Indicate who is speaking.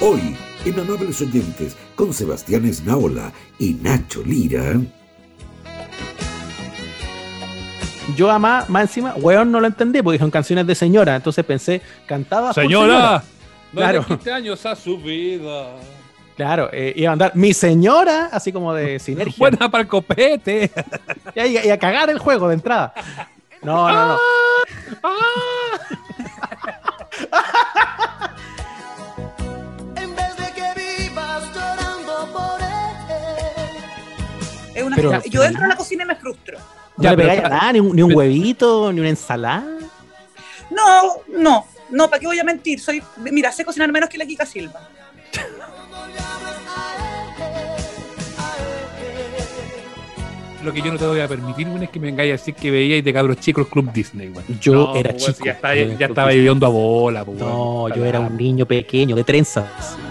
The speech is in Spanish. Speaker 1: Hoy, en Amables Oyentes, con Sebastián Esnaola y Nacho Lira.
Speaker 2: Yo amá, más encima, weón, no lo entendí porque son canciones de señora. Entonces pensé, cantaba. por
Speaker 3: Señora, no
Speaker 2: Claro.
Speaker 3: claro. años a su vida.
Speaker 2: Claro, eh, iba a andar mi señora, así como de sinergia.
Speaker 3: Buena para el copete.
Speaker 2: Y, a, y a cagar el juego de entrada. No, no, no.
Speaker 3: Ah.
Speaker 4: En vez de que vivas llorando por él.
Speaker 5: Es una
Speaker 2: Pero-
Speaker 5: escra- yo entro a la cocina y me frustro.
Speaker 2: No
Speaker 3: Ya,
Speaker 2: le
Speaker 3: pero-
Speaker 2: pegáis a nada, ni un, ni un huevito, ni una ensalada.
Speaker 5: No, no, no, ¿para qué voy a mentir? Soy, mira, sé cocinar menos que la Kika Silva.
Speaker 3: Lo que yo no te voy a permitir, weón, es que me vengáis a decir que veíais de cabros chicos el Club Disney, weón.
Speaker 2: Yo
Speaker 3: No,
Speaker 2: era
Speaker 3: pues,
Speaker 2: chico.
Speaker 3: Ya, está- ya estaba viviendo a bola, pues,
Speaker 2: No,
Speaker 3: weón.
Speaker 2: yo era un niño pequeño, de trenzas.